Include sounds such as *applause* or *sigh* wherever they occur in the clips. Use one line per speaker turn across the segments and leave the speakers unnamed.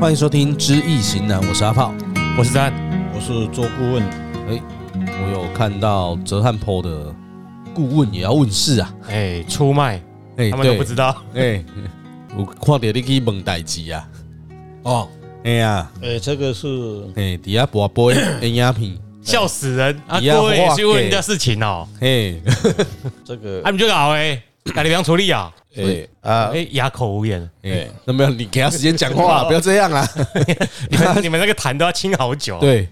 欢迎收听《知易行难》，我是阿炮。
我是詹，
我是做顾问，
我有看到泽汉坡的顾问也要问世啊！
哎，出卖
哎
他们都不知道，
哎，我看到你去问代志啊！
哦，
哎呀，
哎、这个是
哎，底下播播演鸦片，
*laughs* 笑死人！啊，
你要
各位也
画
去问
给
人家事情哦，
嘿，
这个
啊，，你们就搞哎，那你不要处理啊，
对
哎啊，
哎，哑口无言。
哎，那没有你给他时间讲话，不要这样啊！
你们你们那个痰都要清好久。，啊
对，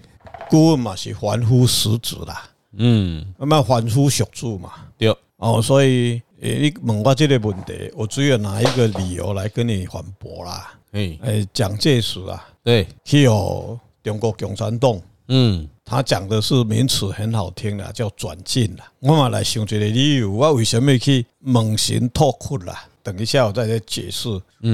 顾问嘛是凡夫俗子啦，
嗯，
那么凡夫俗子嘛，
对，
哦，所以诶、你问我这个问题，我只有拿一个理由来跟你反驳啦。呃
哎，
诶、蒋介石啊，
对，
去有中国共产党，
嗯，
他讲的是名词很好听啦，叫转进啦。我嘛来想一个理由，我为什么去猛行拓阔啦？等一下我再来解释，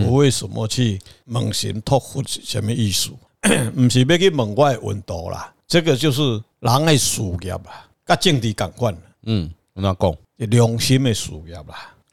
我为什么去猛行拓阔是什么意思？ *coughs* 唔是要去问我的温度啦，这个就是人的事业啦，甲政治共款，
嗯，我那讲，
良心的事业啦。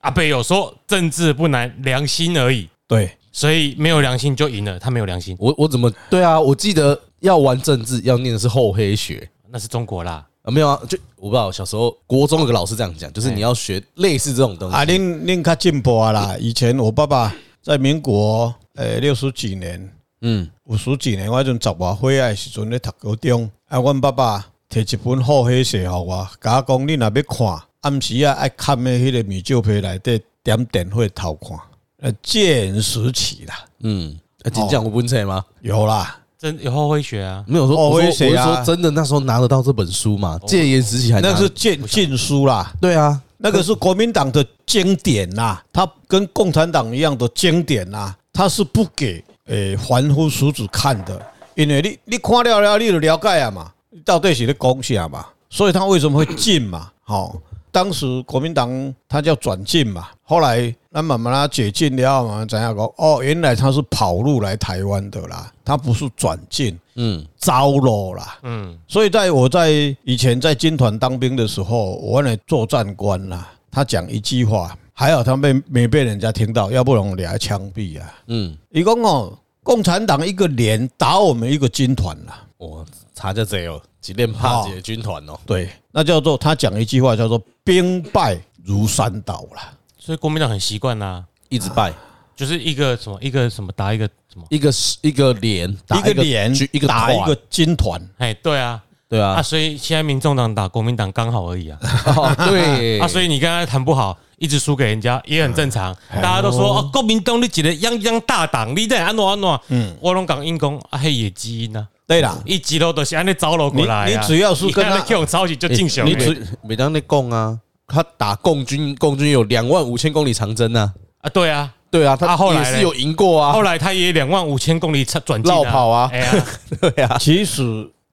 阿北啊有说政治不难，良心而已，
对，
所以没有良心就赢了。他没有良心，
我我怎么对啊？我记得要玩政治要念的是厚黑学，
那是中国啦。
啊，没有啊，就我不知道，小时候国中有个老师这样讲，就是你要学类似这种东西。
啊，恁恁较进步啊啦。以前我爸爸在民国诶六十几年，
嗯，
有十几年，我迄阵十外岁诶时阵咧读高中，啊，阮爸爸摕一本厚黑册互我，甲我讲你若要看，暗时啊爱看诶迄个米酒皮内底点电火偷看，呃，见识起啦，
嗯，啊你讲我不会吗？
有啦，
真有后会学啊，
没有说，
哦
我说
我也
我是
写啊
说真的，那时候拿得到这本书嘛？戒严时期还拿
那是禁禁书啦，
对啊，
那个是国民党的经典呐，它跟共产党一样的经典呐，它是不给诶凡夫俗子看的，因为你你看了了，你就了解啊嘛，你到底是在讲啥嘛，所以他为什么会禁嘛？好、当时国民党他叫转进嘛，后来那慢慢他解禁了嘛，怎样讲？哦，原来他是跑路来台湾的啦，他不是转进，
嗯，
招了啦，
嗯，
所以在我在以前在军团当兵的时候，我那作战官啦、他讲一句话，还好他没没被人家听到，要不然我俩枪毙啊！
嗯，
一共哦，共产党一个连打我们一个军团啊啦、
我查就这哦，几练怕几军团哦，
对，那叫做他讲一句话叫做“兵败如山倒”啦。
所以国民党很习惯啦，
一直败，
就是一个什么一个什么打一个什么，
一个是一个连打
一个连
军一个
打一
团
个，军团，
哎，对啊，
对
啊，
*laughs* 啊，
所以现在民众党打国民党刚好而已啊，
哦对
啊，所
以
以你刚才谈不好，一直输给人家也很正常。大家都说哦，国民党你几个泱泱大党，你在安怎安怎？嗯，我拢讲因讲啊，黑野基因啊，
对啦，
一激都都是安尼走路过来啊
你你只要是
*laughs*
跟他
你看这种超级就进雄
哎你只每当在供啊，他打共军，共军有两万五千公里长征啊，
啊，对啊，
对啊，
啊
他
后来
也
嘞
是有赢过啊，
后来他也两万五千公里转进
绕跑啊
哎呀，
*laughs* 对啊，
其实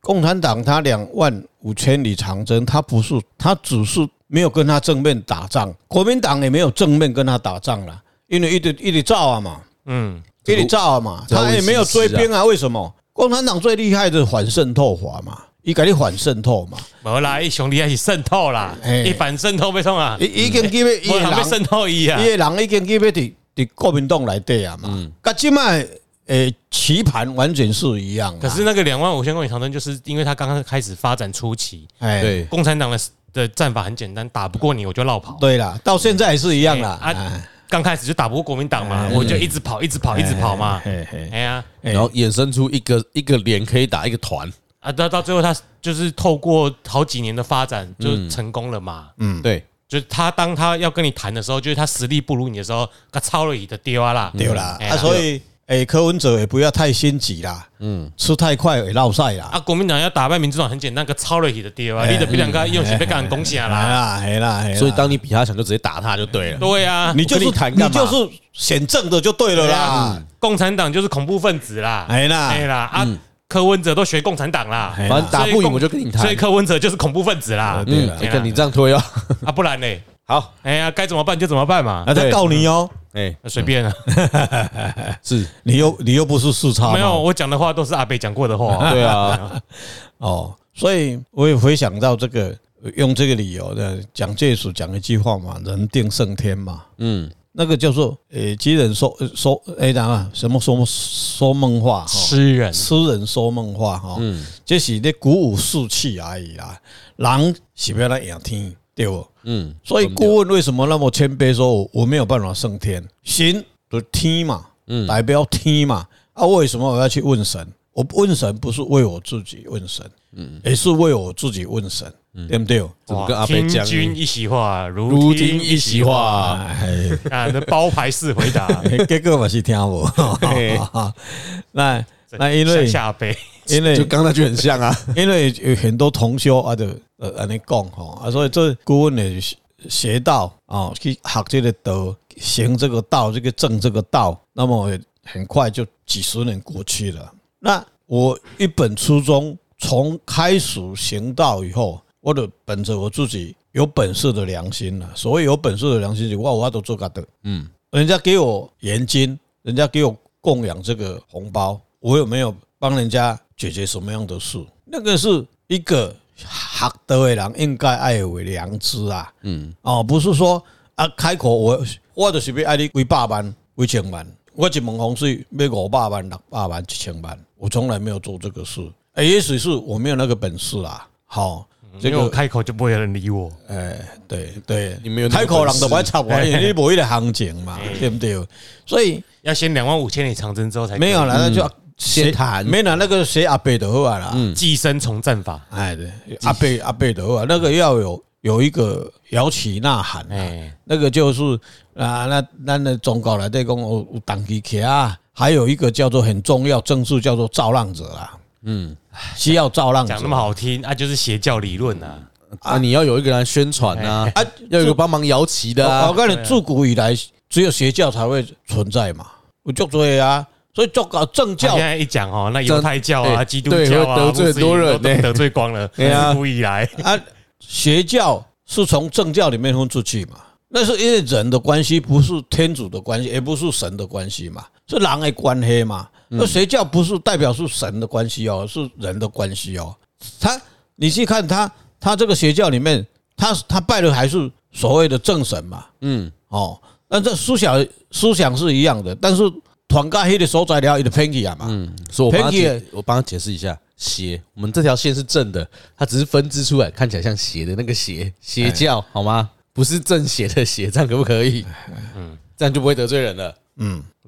共产党他两万五千里长征，他不是，他只是没有跟他正面打仗，国民党也没有正面跟他打仗了，因为一直一直造啊嘛，
嗯，
一直造啊嘛，
这个
他也没有追兵啊，为什么？共产党最厉害的反渗透法嘛，伊给你反渗透嘛，
无啦，一兄弟还是渗透啦，
哎
一反渗透被冲啊
伊，已经基本伊
我
的
人被
人，
渗透伊啊
伊，的人已经基本伫伫国民党内底啊嘛，甲即卖诶棋盘完全是一样啊。
可是那个两万五千公里长征，就是因为他刚刚开始发展初期，
哎，
对。
共产党的的战法很简单，打不过你我就绕跑。
对啦，到现在也是一样啦。
哎
啊，
刚开始就打不过国民党嘛，我就一直跑，一直跑，一直跑嘛。
嘿嘿
哎呀，
哎
然后衍生出一个一个连可以打一个团，
啊，到到最后他就是透过好几年的发展，就成功了嘛。
嗯，对，
就是他当他要跟你谈的时候，就是他实力不如你的时候，他超了你的丢啊
嗯
啦。
对啦，
哎
啊，所以诶，柯文哲也不要太心急啦，嗯，吃太快也落晒啦，
啊，国民党要打败民主党很简单，个超了你的丢啊，你的比两个用心被干攻下啊
哎
啦。
啦，嘿啦，嘿啦
啊所以当你比他强，就直接打他就对了。
对啊，
你就是
我跟你谈
你
干嘛嗯
就是选正的就对了啦，
共产党就是恐怖分子啦。
哎啦
哎啦啊，柯文哲都学共产党啦，
哎
反正打不
所以
赢
共
我就跟你谈
所以。柯文哲就是恐怖分子啦。
对啦
嗯，跟你这样推哦。
啊，不然嘞，
*laughs* 好，
哎呀，该怎么办就怎么办嘛，
啊，他
对
告你哦，
哎，
随便啊。
是，
你又你又不是视察，
没有，我讲的话都是阿北讲过的
*laughs*
话。
对啊，
哦，所以我也回想到这个，用这个理由的，蒋介石讲一句话嘛，人定胜天嘛，
*laughs* 嗯，
那个叫做诶，痴人说呃说诶，哪啊，什么说说梦话哈。
诗人
痴人说梦话哈，这是咧鼓舞士气而已啦。人是要来仰天，对不？
嗯，
所以顾问为什么那么谦卑，说我我没有办法升天？神就是天嘛，代表天嘛。啊，为什么我要去问神？我问神不是为我自己问神，也是为我自己问神，对不对？
怎么跟阿伯
听
讲？
君一席话，如
如听一席话，
哎，
啊，那包牌式回答，
*laughs*
*laughs* 结果我是听无。 *laughs* 那那因为
向下辈
因为
就刚那句很像 *laughs* 啊。
因为有很多同修啊，就呃安尼讲吼，啊，所以这顾问的学道啊，去学这个道，行这个道，这个正这个道，那么很快就几十年过去了。那我一本初衷，从开始行道以后，我就本着我自己有本事的良心了。所谓有本事的良心，就我我都做噶的。
嗯，
人家给我盐金，人家给我供养这个红包，我有没有帮人家解决什么样的事？那个是一个学德的人应该爱有的良知啊。嗯，哦，不是说啊，开口我我就是要爱你几百万、几千万，我一门风水要五百万、六百万、一千万，我从来没有做这个事。哎，也许是我没有那个本事啦。好，这
因为
个
我开口就不会有人理我。
嗯
哎，对对，
你没有那个
开口人都不爱
本事哎 *laughs*
插我，因为你无迄个行情嘛，对不对？所以
要先两万五千里长征之后才可以
没有啦，那就
先谈
嗯没拿那个谁阿贝的话啦，
寄生虫战法。
哎，对，阿贝阿贝的话，那个要有有一个摇旗呐喊
嗯
啊，
哎，
那个就是啊，那那那中国来对讲有有党旗旗啊，还有一个叫做很重要政治叫做造浪者啊，嗯，需要造浪者
讲那么好听啊，就是邪教理论啊。
啊，你要有一个人来宣传啊，
啊，
要有一个帮忙摇旗的
我我
啊。
告诉你，自古以来只有邪教才会存在嘛，有足多的啊，所以足搞政
他
教
现在一讲哦，那犹太教啊、
哎
基督教啊、
对会得罪
穆斯
很
林
多人
都得
呢
得罪光了。
*laughs* 对啊
自古以来，
啊，邪教是从政教里面分出去嘛，那是因为人的关系，不是天主的关系，也不是神的关系嘛，是人的关系嘛。那邪教不是代表是神的关系哦，是人的关系哦。他，你去看他，他这个邪教里面，他他拜的还是所谓的正神嘛，
嗯，
哦，那这思想思想是一样的，但是团盖黑的所在了，伊就偏去啊嘛。
嗯，所以我帮他
Peggy
解，我帮他解释一下，斜，我们这条线是正的，它只是分支出来，看起来像斜的那个斜邪教，好吗？不是正邪的邪，这样可不可以？嗯，这样就不会得罪人了，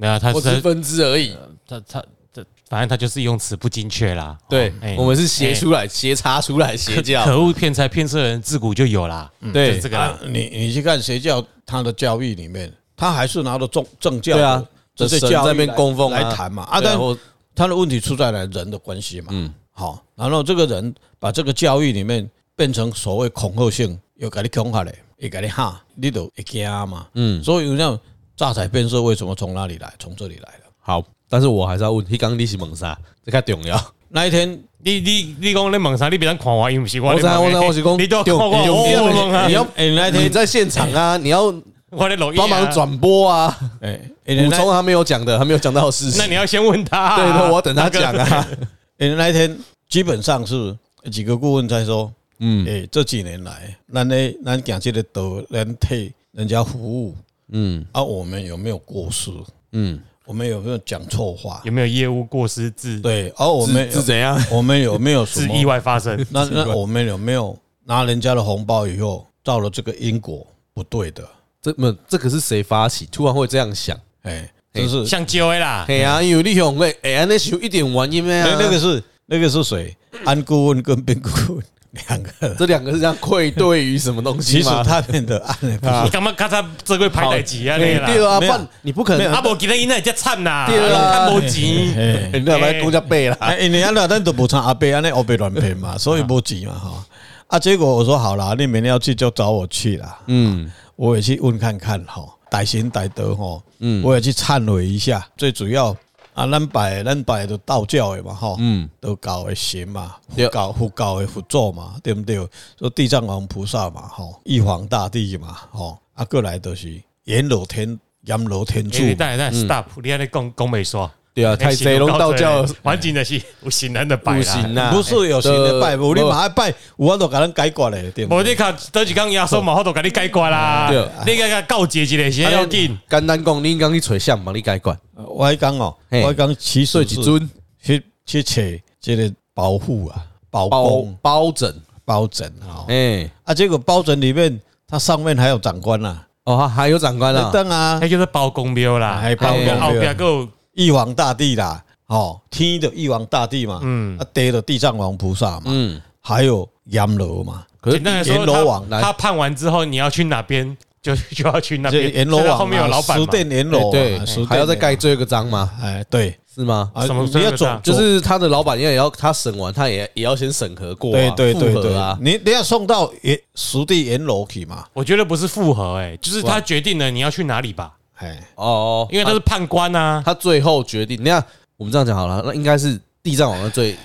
没有他
我只是
他
分支而已。
他他这，反正他就是用词不精确啦。
对
哦哎，
我们是斜出来，斜插出来，邪教。
可恶骗财骗色的人自古就有啦。就是
嗯对
这，个
啊
啦，，
你你去看邪教，他的教义里面，他还是拿着宗政教
对啊
这些
神
教义
在那边供奉啊
来谈嘛啊，
对
但
我
他的问题出在了人的关系嘛，嗯，好，然后这个人把这个教义里面变成所谓恐吓性，又给你恐吓嘞，又给你吓，你都会惊嘛，嗯，所以有那种诈财变色为什么从哪里来？从这里来的。
好，但是我还是要问，你刚刚你是猛杀，这个重 *laughs* 要。
那一天，
你你你讲你问啥？你别人看我，因为不是我。
我知
你问
我知
的
我是讲
你都看我，
中
我
中
问啊
你要哎那一
你
天，
在现场 *laughs* 啊，你要
我在录音啊
帮忙。转播 *laughs* 啊，
哎，
补
补
充他没有讲的，他没有讲到的事情。
那你要先问他啊。
*laughs* 对对，我要等他
大
讲
哥。
啊。 *laughs*
诶、那一天基本上是几个顾问在说，嗯，诶、这几年来，咱呢，咱讲这个德，咱替人家服务，
嗯
啊，我们有没有过失？
嗯，
我们有没有讲错话？
有没有业务过失致
对，而、我们
是怎样？
我们有没有什
致
么
意？外发生？
那那我们有没有拿人家的红包以后，造了这个因果不对的？
这么这个是谁发起？突然会这样想？
哎、就是
像 Joy 啦，
嘿啊，因为你想会哎，那是有一点玩意咩
那
啊？
那个是那个是谁？安顾问跟边顾问两个人，
这两个是这样愧对于什么东
其
西
实
吗？
他们的案也不是
你干嘛咔嚓这个拍台机啊？
嘿
你啦，
啊对啊，不
没有
然你不可能，
啊，无今天因那遮惨啦，
对啊
啊，看无钱，
哎
你要来公家背啦。
哎，因为安那咱都无像阿伯安尼黑白乱
*laughs*
骗嘛，所以无钱嘛哈。啊，结果我说好啦，你明天要去就找我去啦，
嗯，
我也去问看看哈，歹行歹德哈，嗯，我也去忏悔一下。最主要啊，咱拜咱拜的道教的嘛哈，嗯，都教的神嘛，佛
对
教佛教的佛祖嘛，对不对？说地藏王菩萨嘛，哈，玉皇大帝嘛，哈，啊，过来都是阎罗天阎罗天柱
哎，
嘛，
等下等下 stop，你安尼讲讲袂煞，
嗯对啊，太侪拢道教
环境的是有神人的拜
不
啦。
行啊，
不是有神的拜，无你
对
马上拜，我都甲咱解决嘞，对
无
不
你
对？
看，倒一工耶稣嘛，好多甲你解决啦
对。
你甲甲告诫一下，先要紧。
简单讲，你应该去找相帮你解决，
我还讲哦，
嘿
我还讲起
做
水
一
是
尊
去去找这个保护啊，保
包
公
包枕，
包拯啊，
哎，
啊，结果包拯里面，它上面还有长官呐，
哦，还还有长官啊
等，等啊
那，叫做包公庙啦，
哎
包公庙
后壁还有
玉皇大帝啦，哦，天的玉皇大帝嘛，嗯，啊，地的地藏王菩萨嘛，
嗯，
还有阎罗嘛，
可
简
是
单来说，
呃阎罗王
他
来
他判完之后，你要去哪边就 *laughs* 就要去那
这
边。
阎罗
所以他
王
后面有
啊
老板
十
嘛，
殿阎罗啊，
对，
十殿
还要再
阎罗
盖，最后一个章吗？
哎，对，
是吗？
啊
什么
你要
这
走
个，
就
走
是他的老板也要他审完，他也也要先审核过
对
啊，
对对
复
对
核啊，
你你要送到阎十地阎罗去嘛，
我觉得不是复合，哎，就是他决定了你要去哪里吧，
哎，
哦，
因为他是判官啊。
他最后决定，你看我们这样讲好了，那应该是地藏王的最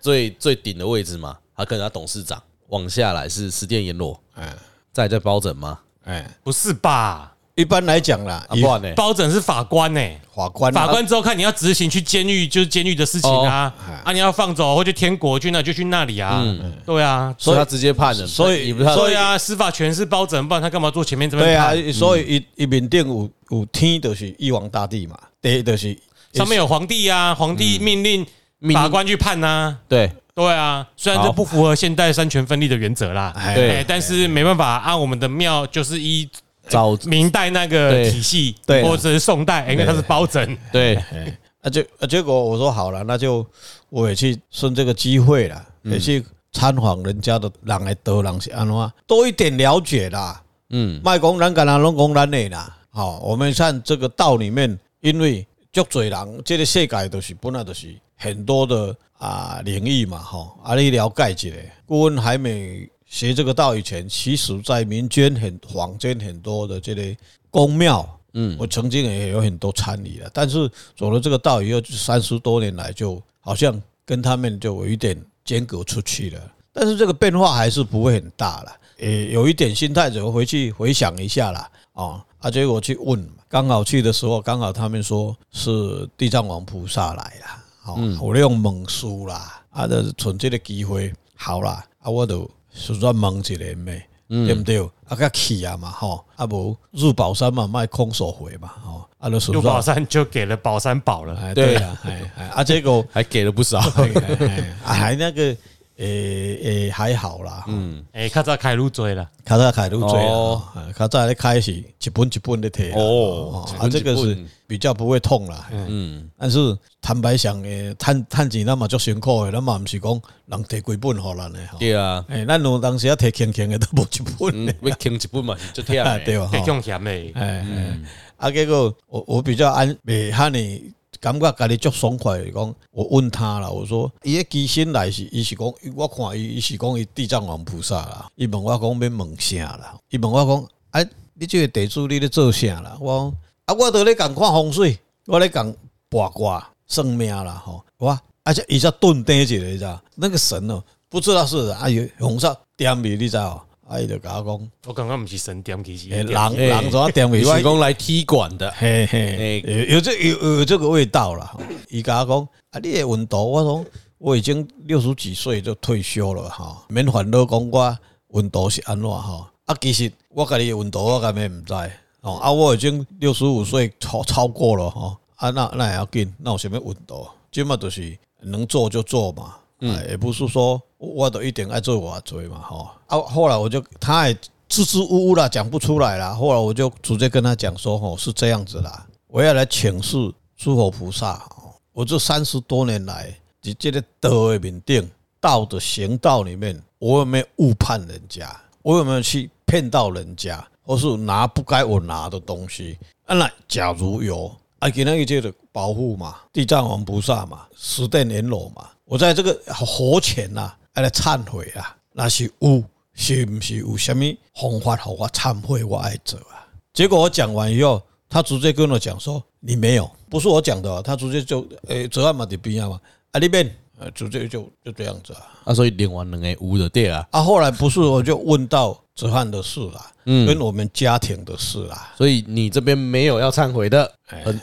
最最顶的位置嘛，他可能他董事长往下来是十殿阎罗，
哎
再再包拯嘛，
哎，
不是吧？
一般来讲啦，
啊不然呢？
包拯是法官呢、
法官啊
法官之后看你要执行去监狱，就是监狱的事情啊，
哦
啊你要放走或者天国去那就去那里啊，
嗯
对啊，
所以他直接判了，
所以
也不是他
所以啊，司法权是包拯，不然他干嘛坐前面这边
对啊
判？，
所以
嗯
一一面顶有有天就是玉皇大帝嘛，地就是
上面有皇帝啊，皇帝命令法官去判啊，
对
对啊，虽然这不符合现代三权分立的原则啦，
哎
哎
对，
但是没办法，啊按我们的庙就是依
早
明代那个
对
体系，
对啊
或者是宋代，哎因为他是包拯，
对
*laughs* 哎啊结啊结果我说好了，那就我也去顺这个机会啦，
嗯
也去参访人家的人的德人是安怎样，多一点了解啦，
嗯
卖讲咱干啦，拢讲咱的啦。好，我们看这个道里面，因为足侪人，这个世界都是本来都是很多的啊领域嘛，吼，啊你了解一下。顾问还没学这个道以前，其实在民间很坊间很多的这类宫庙。嗯，我曾经也有很多参与了，但是走了这个道以后，三十多年来就好像跟他们就有一点间隔出去了。但是这个变化还是不会很大了，也有一点心态，怎么回去回想一下啦。哦，啊，结果去问，刚好去的时候，刚好他们说是地藏王菩萨来啦，哦，我利用猛书啦，啊，就是趁这个机会，好啦，啊，我就顺便问一下咩，
嗯
对不对？啊，较去啊嘛，吼，啊无入宝山嘛，卖空手回嘛，吼，啊，就顺
入宝
便，
山就给了宝山宝了。
哎，
对
对啦，哎，哎啊，
*laughs*
结果。
还给了不
*laughs*
少，
哎哎哎啊还那个，诶诶，还好啦，嗯，
哎，较早开路追了，
较早开愈多
哦
啦，啊较早咧开是一本一本的摕啦
哦
哦
一
啊，
本
这个
一
是
本
比较不会痛啦，嗯，但是坦白讲，诶，趁趁钱咱嘛足辛苦的，咱嘛毋是讲人摕几本互咱的吼，
对啊，
诶，咱有当时啊摕轻轻的都无一
嗯
本的，，
要坑一本嘛，就跳
啊 *laughs* 对吧？
给
吼
用钱嘞。
哎，哎啊，结果我我比较安袂遐尼感觉家己足爽快，讲我问他啦，我说伊迄机身来是伊是讲，我看伊伊是讲伊地藏王菩萨啦，伊问我讲要问啥啦，伊问我讲，哎、啊，你即个地主你咧做啥啦？我讲啊，我都咧共看风水，我咧共八卦算命啦吼，我啊且伊只顿定一个你知道，那个神哦、不知道是哎呦红煞点味你知道？啊，伊就甲我讲，
我感觉不是神点，其实
诶、
是点
人人怎啊点
*laughs*
味？
你
我
是讲来踢馆的，
嘿嘿，有有这有有这个味道啦。伊甲我讲，啊，你的运动，我讲我已经六十几岁就退休了哈，免烦恼讲我运动是安怎哈。啊，其实我家己的运动我根本毋知哦，啊，我已经六十五岁超超过了哈。啊，那那也要紧，那有啥物运动？即嘛就是能做就做嘛，啊，也不是说我都一定爱做我做嘛吼。啊，后来我就他也支支吾吾啦，讲不出来啦。后来我就直接跟他讲说，吼是这样子啦，我要来请示诸佛菩萨，吼我这三十多年来，在这个道的面顶，道的行道里面，我有没有误判人家？我有没有去骗到人家，或是拿不该我拿的东西？啊，那假如有，啊，给那个就是保护嘛，地藏王菩萨嘛，十殿阎罗嘛，我在这个佛前呐、啊，要来忏悔啊，那是有，是不是有什么方法让我忏悔，我爱做啊？结果我讲完以后，他直接跟我讲说：“你没有，不是我讲的哦、他直接就诶，折案嘛，得边啊嘛，啊那边，呃，直接就就这样子啊。
啊，所以连完两个五的对啊，
啊，后来不是我就问到子汉的事啊啦，
嗯
跟我们家庭的事啦，啊
所以你这边没有要忏悔的，很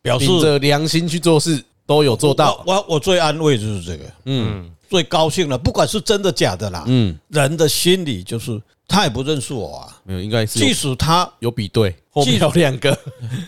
表示
秉着良心去做事，都有做到。
我我我最安慰就是这个，
嗯
最高兴了，不管是真的假的啦，
嗯，
人的心理就是他也不认识我啊，
没有，应该是
即
有
使他
有比对，后
技
面有两个，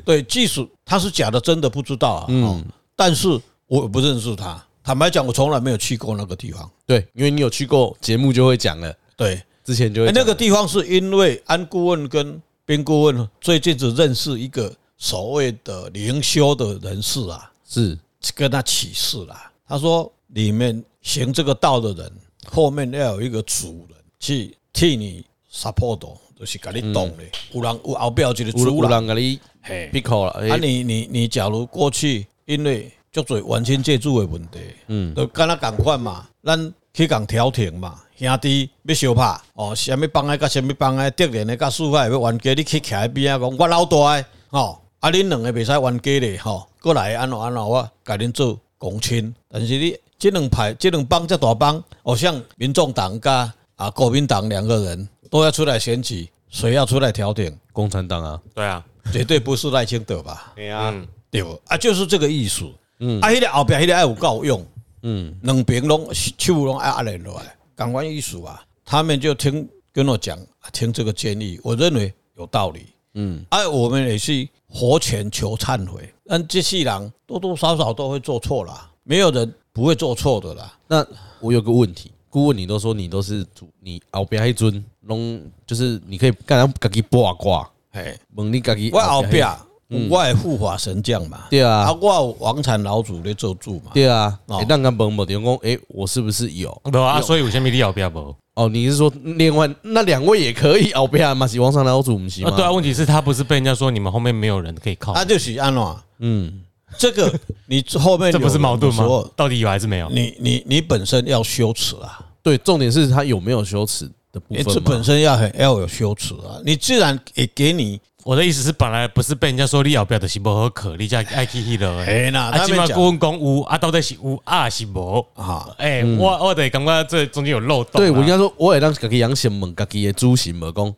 对，即使他是假的，真的不知道啊，嗯，但是我也不认识他，坦白讲，我从来没有去过那个地方，
*laughs* 对，因为你有去过节目就会讲了，
对，
之前就会
哎，
讲
那个地方是因为安顾问跟边顾问最近只认识一个所谓的灵修的人士啊，
是
跟他起誓啦，他说里面行这个道的人，后面要有一个主人去替你 support，就是给你懂的，有人有后嗯边有一个
乌
主
乌
人，
朗咖喱
嘿，
闭口了，
啊
哎，
你你你，假如过去因为足侪完全借主的问题，嗯，就敢若共款嘛，咱去共调停嘛，兄弟要相拍哦，啥物帮的甲啥物帮的，敌人的甲四海要冤家，你去徛喺边啊，讲我老大的吼，啊恁两个袂使冤家咧吼，过来安怎安怎，我甲恁做公亲，但是你即两派即两帮遮大帮，哦像民众党甲啊国民党两个人都要出来选举，谁要出来调停？
共产党啊，
对啊，
绝对不是赖清德吧？
对
嗯，
对不？啊，就是这个意思。嗯，啊，迄个后壁迄个爱有够用，嗯，两边拢手拢爱压连落来，感官意思啊，他们就听跟我讲，啊听这个建议，我认为有道理。嗯，哎、啊，我们也是活前求忏悔，但这些人多多少少都会做错啦，没有人不会做错的啦。
那我有个问题，顾问你都说你都是主，你后边迄尊拢就是你可以干咱家己八卦，
嘿，
问你家己
我后壁
那
有我的护法神将嘛，
对
啊，
啊，
我有王禅老祖咧做主嘛，
对啊，
哦
会当甲问无着讲，诶，我是不是有？
无啊，所以有啥物你后壁无？
哦，你是说另外那两位也可以后边嘛是王上老祖，不是
啊
吗？
对啊，问题是他不是被人家说你们后面没有人可以靠，
啊，就是安怎。
嗯，
这个你后面
这不是矛盾
有人的时
吗
候？
到底有还是没有？
你你你本身要羞耻啊，
对，重点是他有没有羞耻的部
你这
分嘛
本身要很要有羞耻啊。你自然也给你
我的意思是，本来不是被人家说你后壁就是无好可，你才爱去迄落。
哎呐
啊，
他
起
们
码
讲
顾问讲有啊，到底是有啊是无？
啊，
哎，我我得感觉这中间有漏洞啊。
对我应该说，我也让自己养先问自己的主行无讲，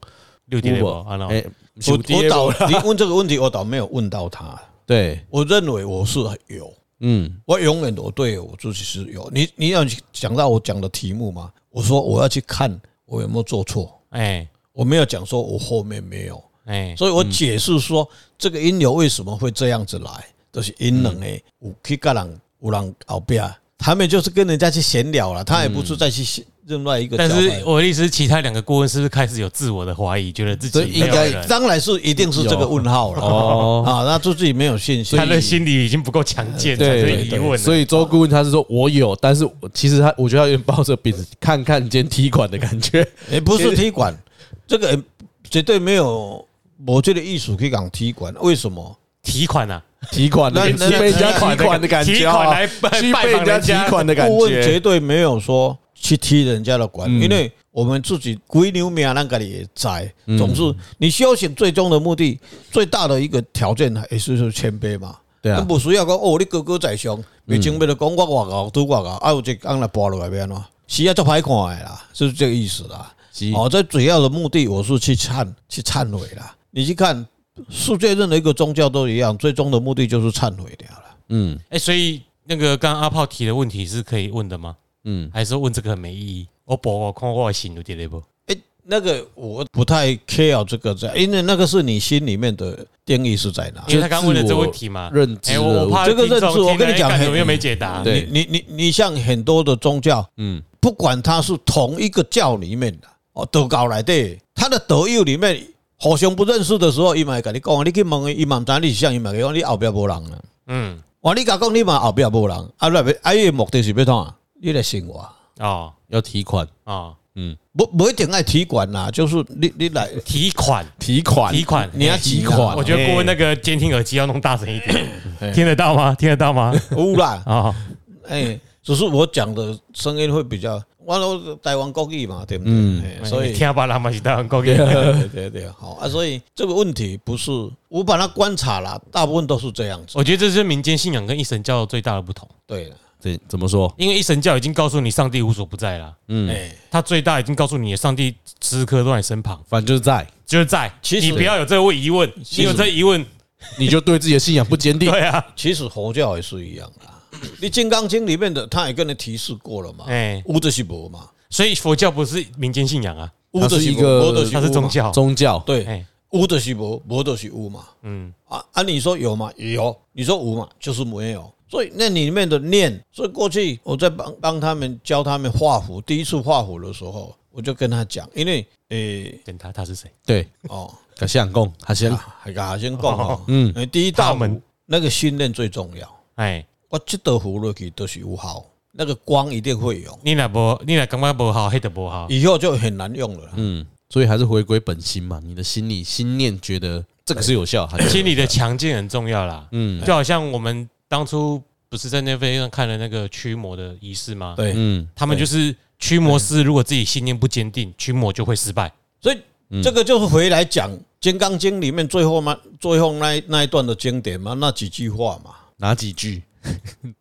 六点五
哦
啊，
哎
那，
是
我
有第
我
一
倒
*laughs* 个
你问这个问题，我倒没有问到他。
对，
我认为我是有， *laughs*
嗯，
我永远我对我自己是有。你你要讲到我讲的题目吗？我说我要去看我有没有做错，
哎
我没有讲说我后面没有。
哎，
所以我解释说，这个因由为什么会这样子来，就是因
嗯
人诶，有去跟人有人后边，他们就是跟人家去闲聊了，他也不是再去另外一个。
嗯但是，我的意思是，其他两个顾问是不是开始有自我的怀疑，觉得自己
所以
没
应
有
该
人
当然是一定是这个问号了
哦
啊，那就自己没有信心
他。的心理已经不够强健，产生
对
疑问了。
所以周顾问他是说我有，但是我其实他我觉得他有点抱着秉持看看兼踢馆的感觉，
也不是踢馆，这个呃绝对没有我这个艺术去讲踢馆，为什么？
提款啊，
踢馆的
那
是
那
被人家
那
踢馆的感
提
觉
款
啊
来，拜
去
拜
被
访
人家
人
踢
家
馆的感
顾问绝
觉，嗯
对没有说去踢人家的管，因为我们自己归牛命，那个也在。
嗯
总是你修行最终的目的，最大的一个条件也是说谦卑嘛。
对
那
啊，
不需要讲哦，你哥哥在上，未经要就讲我外高都外高，啊，有一刚来拔落来变咯，是啊，足歹看的啦，是这个意思啦。
是
哦，这主要的目的我是去忏去忏悔啦。你去看世界任何一个宗教都一样，最终的目的就是忏悔掉了。
嗯
哎，所以那个刚刚阿炮提的问题是可以问的吗？
嗯，
还是问这个很没意义？我博我看我的心有点累不？
哎、那个我不太 care 这个在，因为那个是你心里面的定义是在哪。
因为他刚问了这问题嘛，
认知
哎，我
了
我怕
这个
听众
认知
听了
我跟你
哎
讲
干
很
怎么又没解答？
对
你你你你像很多的宗教，
嗯，
不管它是同一个教里面的哦，道教来的，它的德友里面互相不认识的时候，伊嘛会跟你讲，你去问伊，伊嘛毋知你是啥，伊嘛会讲你后壁无人啊。
嗯，
哇，你甲讲你嘛后壁无人，啊，来啊，伊的目的是要创啊？你来生活，
哦
要踢馆
哦，
不不一定爱体管啦，就是你你
*laughs*
来，
提款
踢馆
提款，
你要提款
哎我觉得顾问那个监听耳机要弄大声一点，听得到吗？听得到吗？
有啦，
啊，
哎、
嗯
只是我讲的声音会比较，我都台湾国语嘛，对不对？
嗯
哎所以
你听巴拉嘛是台湾国语，
*laughs* 对对对，好啊，所以这个问题不是我把它观察了，大部分都是这样子。
我觉得这是民间信仰跟一神教最大的不同，
对了，
怎怎么说？
因为一神教已经告诉你上帝无所不在啦，
嗯
哎，
他最大已经告诉你上帝时时刻刻都在你身旁，
反正就是在
就是在，
其实
你不要有这个疑问，你有这疑问
你就对自己的信仰不坚定。
*laughs* 对啊，
其实佛教也是一样啦。你《金刚经》里面的他也跟你提示过了嘛，
哎
无就是无嘛，
所以佛教不是民间信仰啊，
无就
它是一
是
个
无，无就是
它是
无
宗，
嘛
教。
宗教，
对
哎，
无就是无，无就是无嘛。
嗯，
啊啊，你说有吗？有。你说无嘛，就是没有。所以那里面的念，所以过去我在帮帮他们教他们画符，第一次画符的时候，我就跟他讲，因为诶、
等他他是谁？
对，
哦，
感谢公，还是
啊还甲先讲哦，
嗯
嗯，第一道
他们
符那个信念最重要，
哎，
我这道符落去都是有效，那个光一定会有，
你若无，你若感觉无好，黑的无好。
以后就很难用了啦。
嗯，所以还是回归本心嘛，你的心里心念觉得这个是有效，还是
心理的强劲很重要啦。
嗯
就好像我们当初不是在那飞上看了那个驱魔的仪式吗？
对，
嗯
他们就是驱魔师，如果自己信念不坚定，驱魔就会失败。
所以
嗯
这个就是回来讲《金刚经》里面最后嘛，最后那一那一段的经典嘛，那几句话嘛，
哪几
*laughs*
句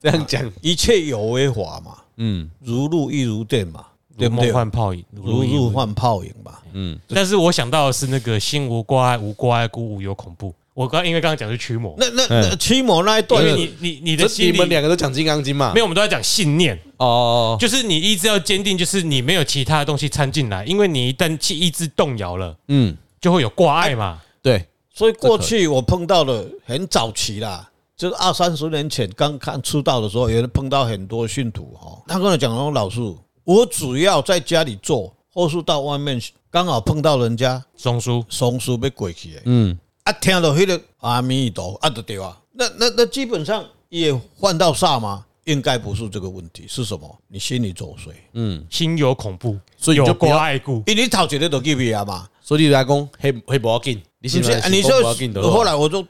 这样讲，
一切有为法嘛。
嗯
如露亦如电嘛，对
如
不对
梦？幻泡影，
如
影
入幻泡影嘛，
嗯，
但是我想到的是那个心无挂碍，无挂碍故无有恐怖。我刚因为刚刚讲是驱魔，
那那那驱魔那一
哎因
段
为
你，
你你你
这
的心
你们
理
两个都讲《金刚经》嘛？
没
有
有，我们都在讲信念，
哦，
就是你意志要坚定，就是你没有其他的东西掺进来，因为你一旦气意志动摇了，
嗯，
就会有挂碍嘛。
对，
所以过去我碰到的很早期啦，就是二三十年前刚看出道的时候，也碰到很多信徒哦，他跟我讲说，老师，我只要在家里做，或是到外面刚好碰到人家
松叔，
松树被鬼去的，
嗯
啊，听到迄个阿弥陀啊，就对啊，那那那基本上也换到煞吗？应该不是这个问题，是什么？你心里作祟。
嗯，
心有恐怖，
所以你
有
就不要
挂碍故。
因为你头一个就去灭啊嘛，
所以来讲黑黑不要紧，你
是
心
不
里
是？
来
啊
讲不
你
要紧
说
就好
后来我就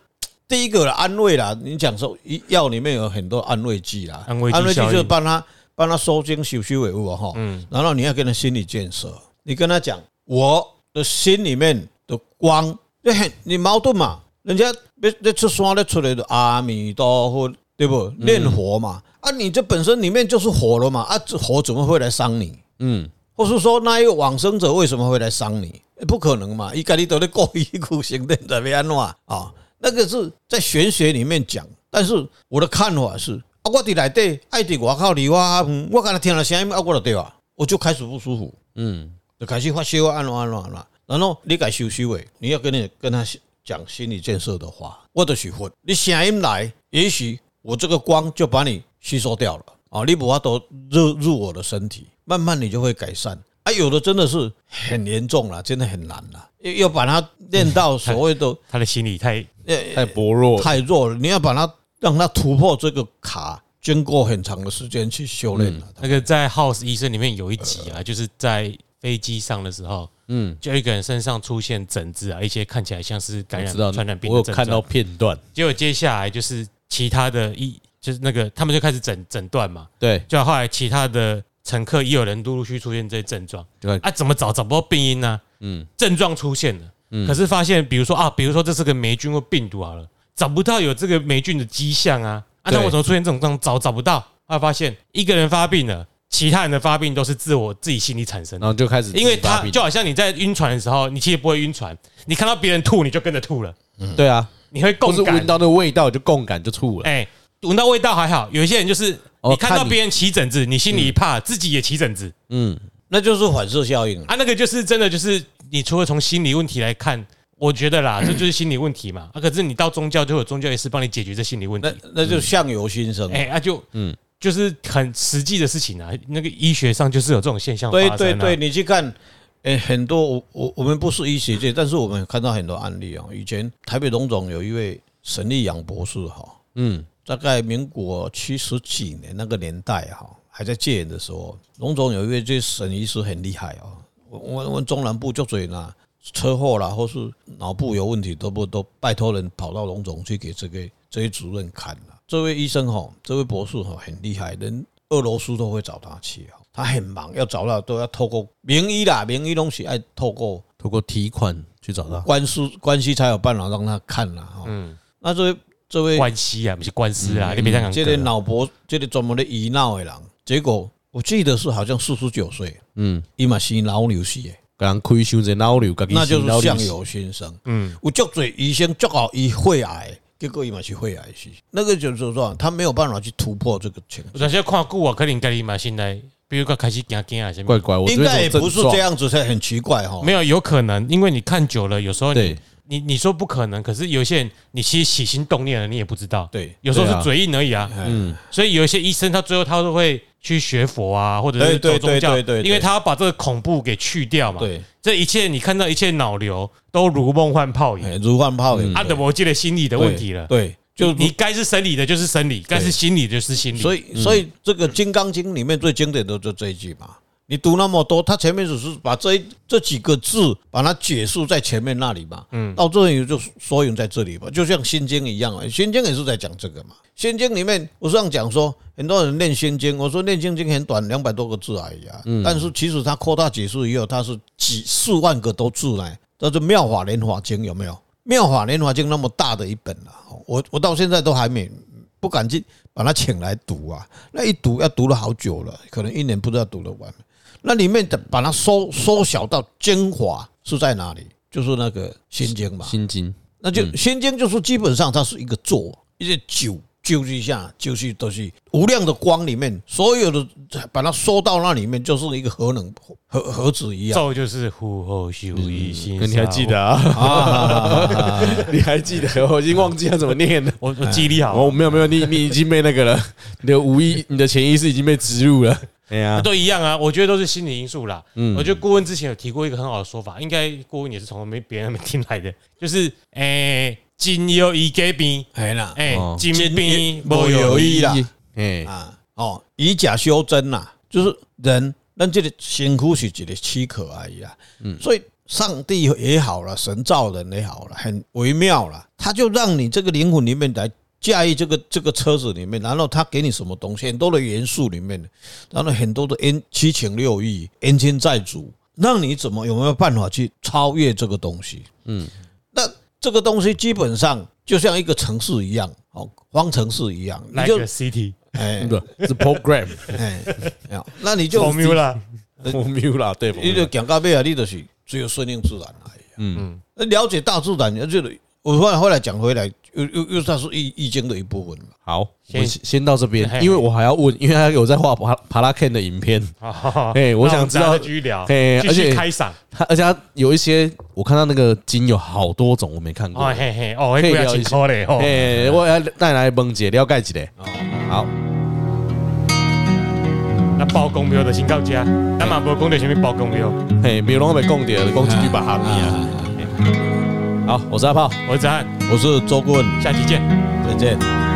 第一个啦安慰啦，你讲说一药里面有很多安慰剂啦，
安慰剂效
就是
应
帮他帮他收精修修尾物啊哈，嗯，然后你要跟他心理建设，你跟他讲我的心里面的光，就很你矛盾嘛，人家那那出山那出来的阿弥陀佛，对不？
嗯
念佛嘛，啊，你这本身里面就是火了嘛，啊，这火怎么会来伤你？
嗯，
或是说那一个往生者为什么会来伤你？欸不可能嘛！伊家己都在故意苦行的，怎么安怎啊？那个是在玄学里面讲，但是我的看法是，啊，我伫内底，爱伫外口离我较远，我刚才听了声音，啊，我就对啊，我就开始不舒服，
嗯
就开始发烧啊，安怎安怎安怎。然后你该休息诶，你要跟你跟他讲心理建设的话，我就是佛，你声音来，也许我这个光就把你吸收掉了啊，你无法都入入我的身体，慢慢你就会改善。啊，有的真的是很严重了，真的很难了，要要把它练到所谓的
他的心理太
太薄弱，
太弱了，你要把它让它突破这个卡，经过很长的时间去修炼了。
那个在《House 医生》里面有一集啊，就是在飞机上的时候，
嗯，
就一个人身上出现疹子啊，一些看起来像是感
我
染
知道，
传染病
我
的
有
症
看到
状。
片段，
结果接下来就是其他的医，就是那个他们就开始诊诊断嘛，
对，
就后来其他的乘客也有人陆陆续续出现这些症状
对
啊，怎么找找不到病因呢、
嗯
症状出现了，可是发现，比如说啊，比如说这是个霉菌或病毒好了，找不到有这个霉菌的迹象啊，啊，
对
那我怎么出现这种症状？找找不到，后来发现一个人发病了，其他人的发病都是自我自己心理产生
然
的，
后就哦开始自己
因为
发
他
病
就好像你在晕船的时候，你其实不会晕船，你看到别人吐你就跟着吐了，
对啊，
你会
或
共
是
感
闻，到那个味道就共感就吐了，
哎，闻到味道还好，有一些人就是
哦
你看到
看你
别人起疹子，你心里一怕，自己也起疹子
嗯，
那就是反射效应了。
啊，那个就是真的就是你除了从心理问题来看。我觉得啦，这就是心理问题嘛。啊，可是你到宗教就有宗教也是帮你解决这心理问题
那。那就相由心生。
哎、啊就嗯，就是很实际的事情啊。那个医学上就是有这种现象发
对
生、啊。
对对，，你去看，哎、很多我我我们不是医学界，但是我们看到很多案例啊、以前台北龙总有一位沈立阳博士哈、
嗯，
大概民国七十几年那个年代哈、还在戒严的时候，龙总有一位这沈医师很厉害哦。我我我们中南部就嘴呢，车祸啦，或是脑部有问题，都不都拜托人跑到龙总去给这个这位主任看了。这位医生哈、这位博士哈、很厉害，连俄罗斯都会找他去哦。他很忙，要找到都要透过名医啦，名医东西爱透过
透过提款去找他，
官司关系才有办法让他看啦。哈、
嗯
那这位这位
关系啊，不是官司啊，你别这样
嗯这个脑博，这个专门的医闹的人，结果我记得是好像四十九岁，
嗯，
伊嘛是脑瘤死的，
给人开伤者脑瘤，自己
那就
心脑
是
瘤
相由心生。嗯，有足多医生足好医肺癌，结果伊嘛是肺癌是，那个就是说他没有办法去突破这个情况。
有些看久啊，可能家己嘛现在，比如讲开始惊惊啊什么
怪，怪，我这
应
边
该也
有
不是
症状
这，样子才很奇怪哈。
没有有可能，因为你看久了，有时候你
对
你你说不可能，可是有些人你其实起心动念了，你也不知道，
对
有时候
对啊
是嘴硬而已啊，嗯，所以有一些医生他最后他都会去学佛啊，或者是
对
走宗
对
教，
对对对对
因为他要把这个恐怖给去掉嘛，
对，
这一切你看到一切脑瘤都如梦幻泡影，
哎如幻泡影
阿德伯记得心理的
的
问题了，
对，
就
就
你该是生理的就是生理，该是心理的就是心理，
所以，所以这个《金刚经》里面最经典的就这一句嘛。你读那么多，它前面只是把这一这几个字把它解释在前面那里嘛。嗯，到这里就缩影在这里吧，就像《心经》一样啊，《心经》也是在讲这个嘛。《心经》里面，我上讲说，很多人念《心经》，我说念《心经》很短，两百多个字而已啊。但是其实它扩大解释以后，它是几四万个多字呢。那就《妙法莲华经》有没有？《妙法莲华经》那么大的一本啊，我我到现在都还没不敢去把它请来读啊。那一读要读了好久了，可能一年不知道读得完。那里面的把它缩缩小到精华是在哪里？就是那个《心经》嘛。
心经，
那就《心经》就是基本上它是一个咒，一些九九一下，就是都是无量的光里面，所有的把它缩到那里面，就是一个核能核核子
*laughs*
一样。
咒就是呼后修一心，
嗯
那你还记得 *laughs* 啊？
啊，
你还记得？ *laughs* 我已经忘记要怎么念了。
我？我我
哎
记忆力好，啊
哦，没有没有，你你已经被那个了，你的无意，你的潜意识已经被植入了。哎呀，
都一样啊，我觉得都是心理因素啦。嗯，我觉得顾问之前有提过一个很好的说法，应该顾问也是从没别人那边听来的，就是诶，金有一给病，
哎啦，
诶
哦，
金病
无
没有
有
意，
意啦，
哎，
啊，哦，以假修真呐、就是人，咱这个身躯是一个躯壳而已啊。嗯，所以上帝也好了，神造人也好了，很微妙了，他就让你这个灵魂里面来。驾驭这个这个车子里面，然后他给你什么东西，很多的元素里面，然后很多的恩七情六欲、恩亲债主，让你怎么有没有办法去超越这个东西？那这个东西基本上就像一个城市一样，哦，方程式一样，你
来
就
个 CT
哎
不是 program *laughs*
哎，哎那你就
formula，
荒谬啦，对不？
你就讲到尾啊，你就是只有顺应自然而已。嗯，那了解大自然，就是我后来后来讲回来，又又又算是易易经的一部分嘛。
好，我
先
们先先到这边
嘿，嘿
因为我还要问，因为他有在画帕帕拉 Ken 的影片，
*laughs* 哎
哎我想知道
继续聊，
嘿
继
而
续
且
开嗓，
他而且他有一些，我看到那个金有好多种，我没看过
哦。嘿嘿，哦，那
可以
不要
聊
请
一下
考嘞，哦，
哎，我要带来崩姐了解一下。好，
那包公庙的先到家，咱嘛无讲到什么包公庙，
嘿，没有拢被讲掉，讲几句把哈咪啊。好，我是阿炮。
我是子涵，
我是周顾问，
下期见。
再见。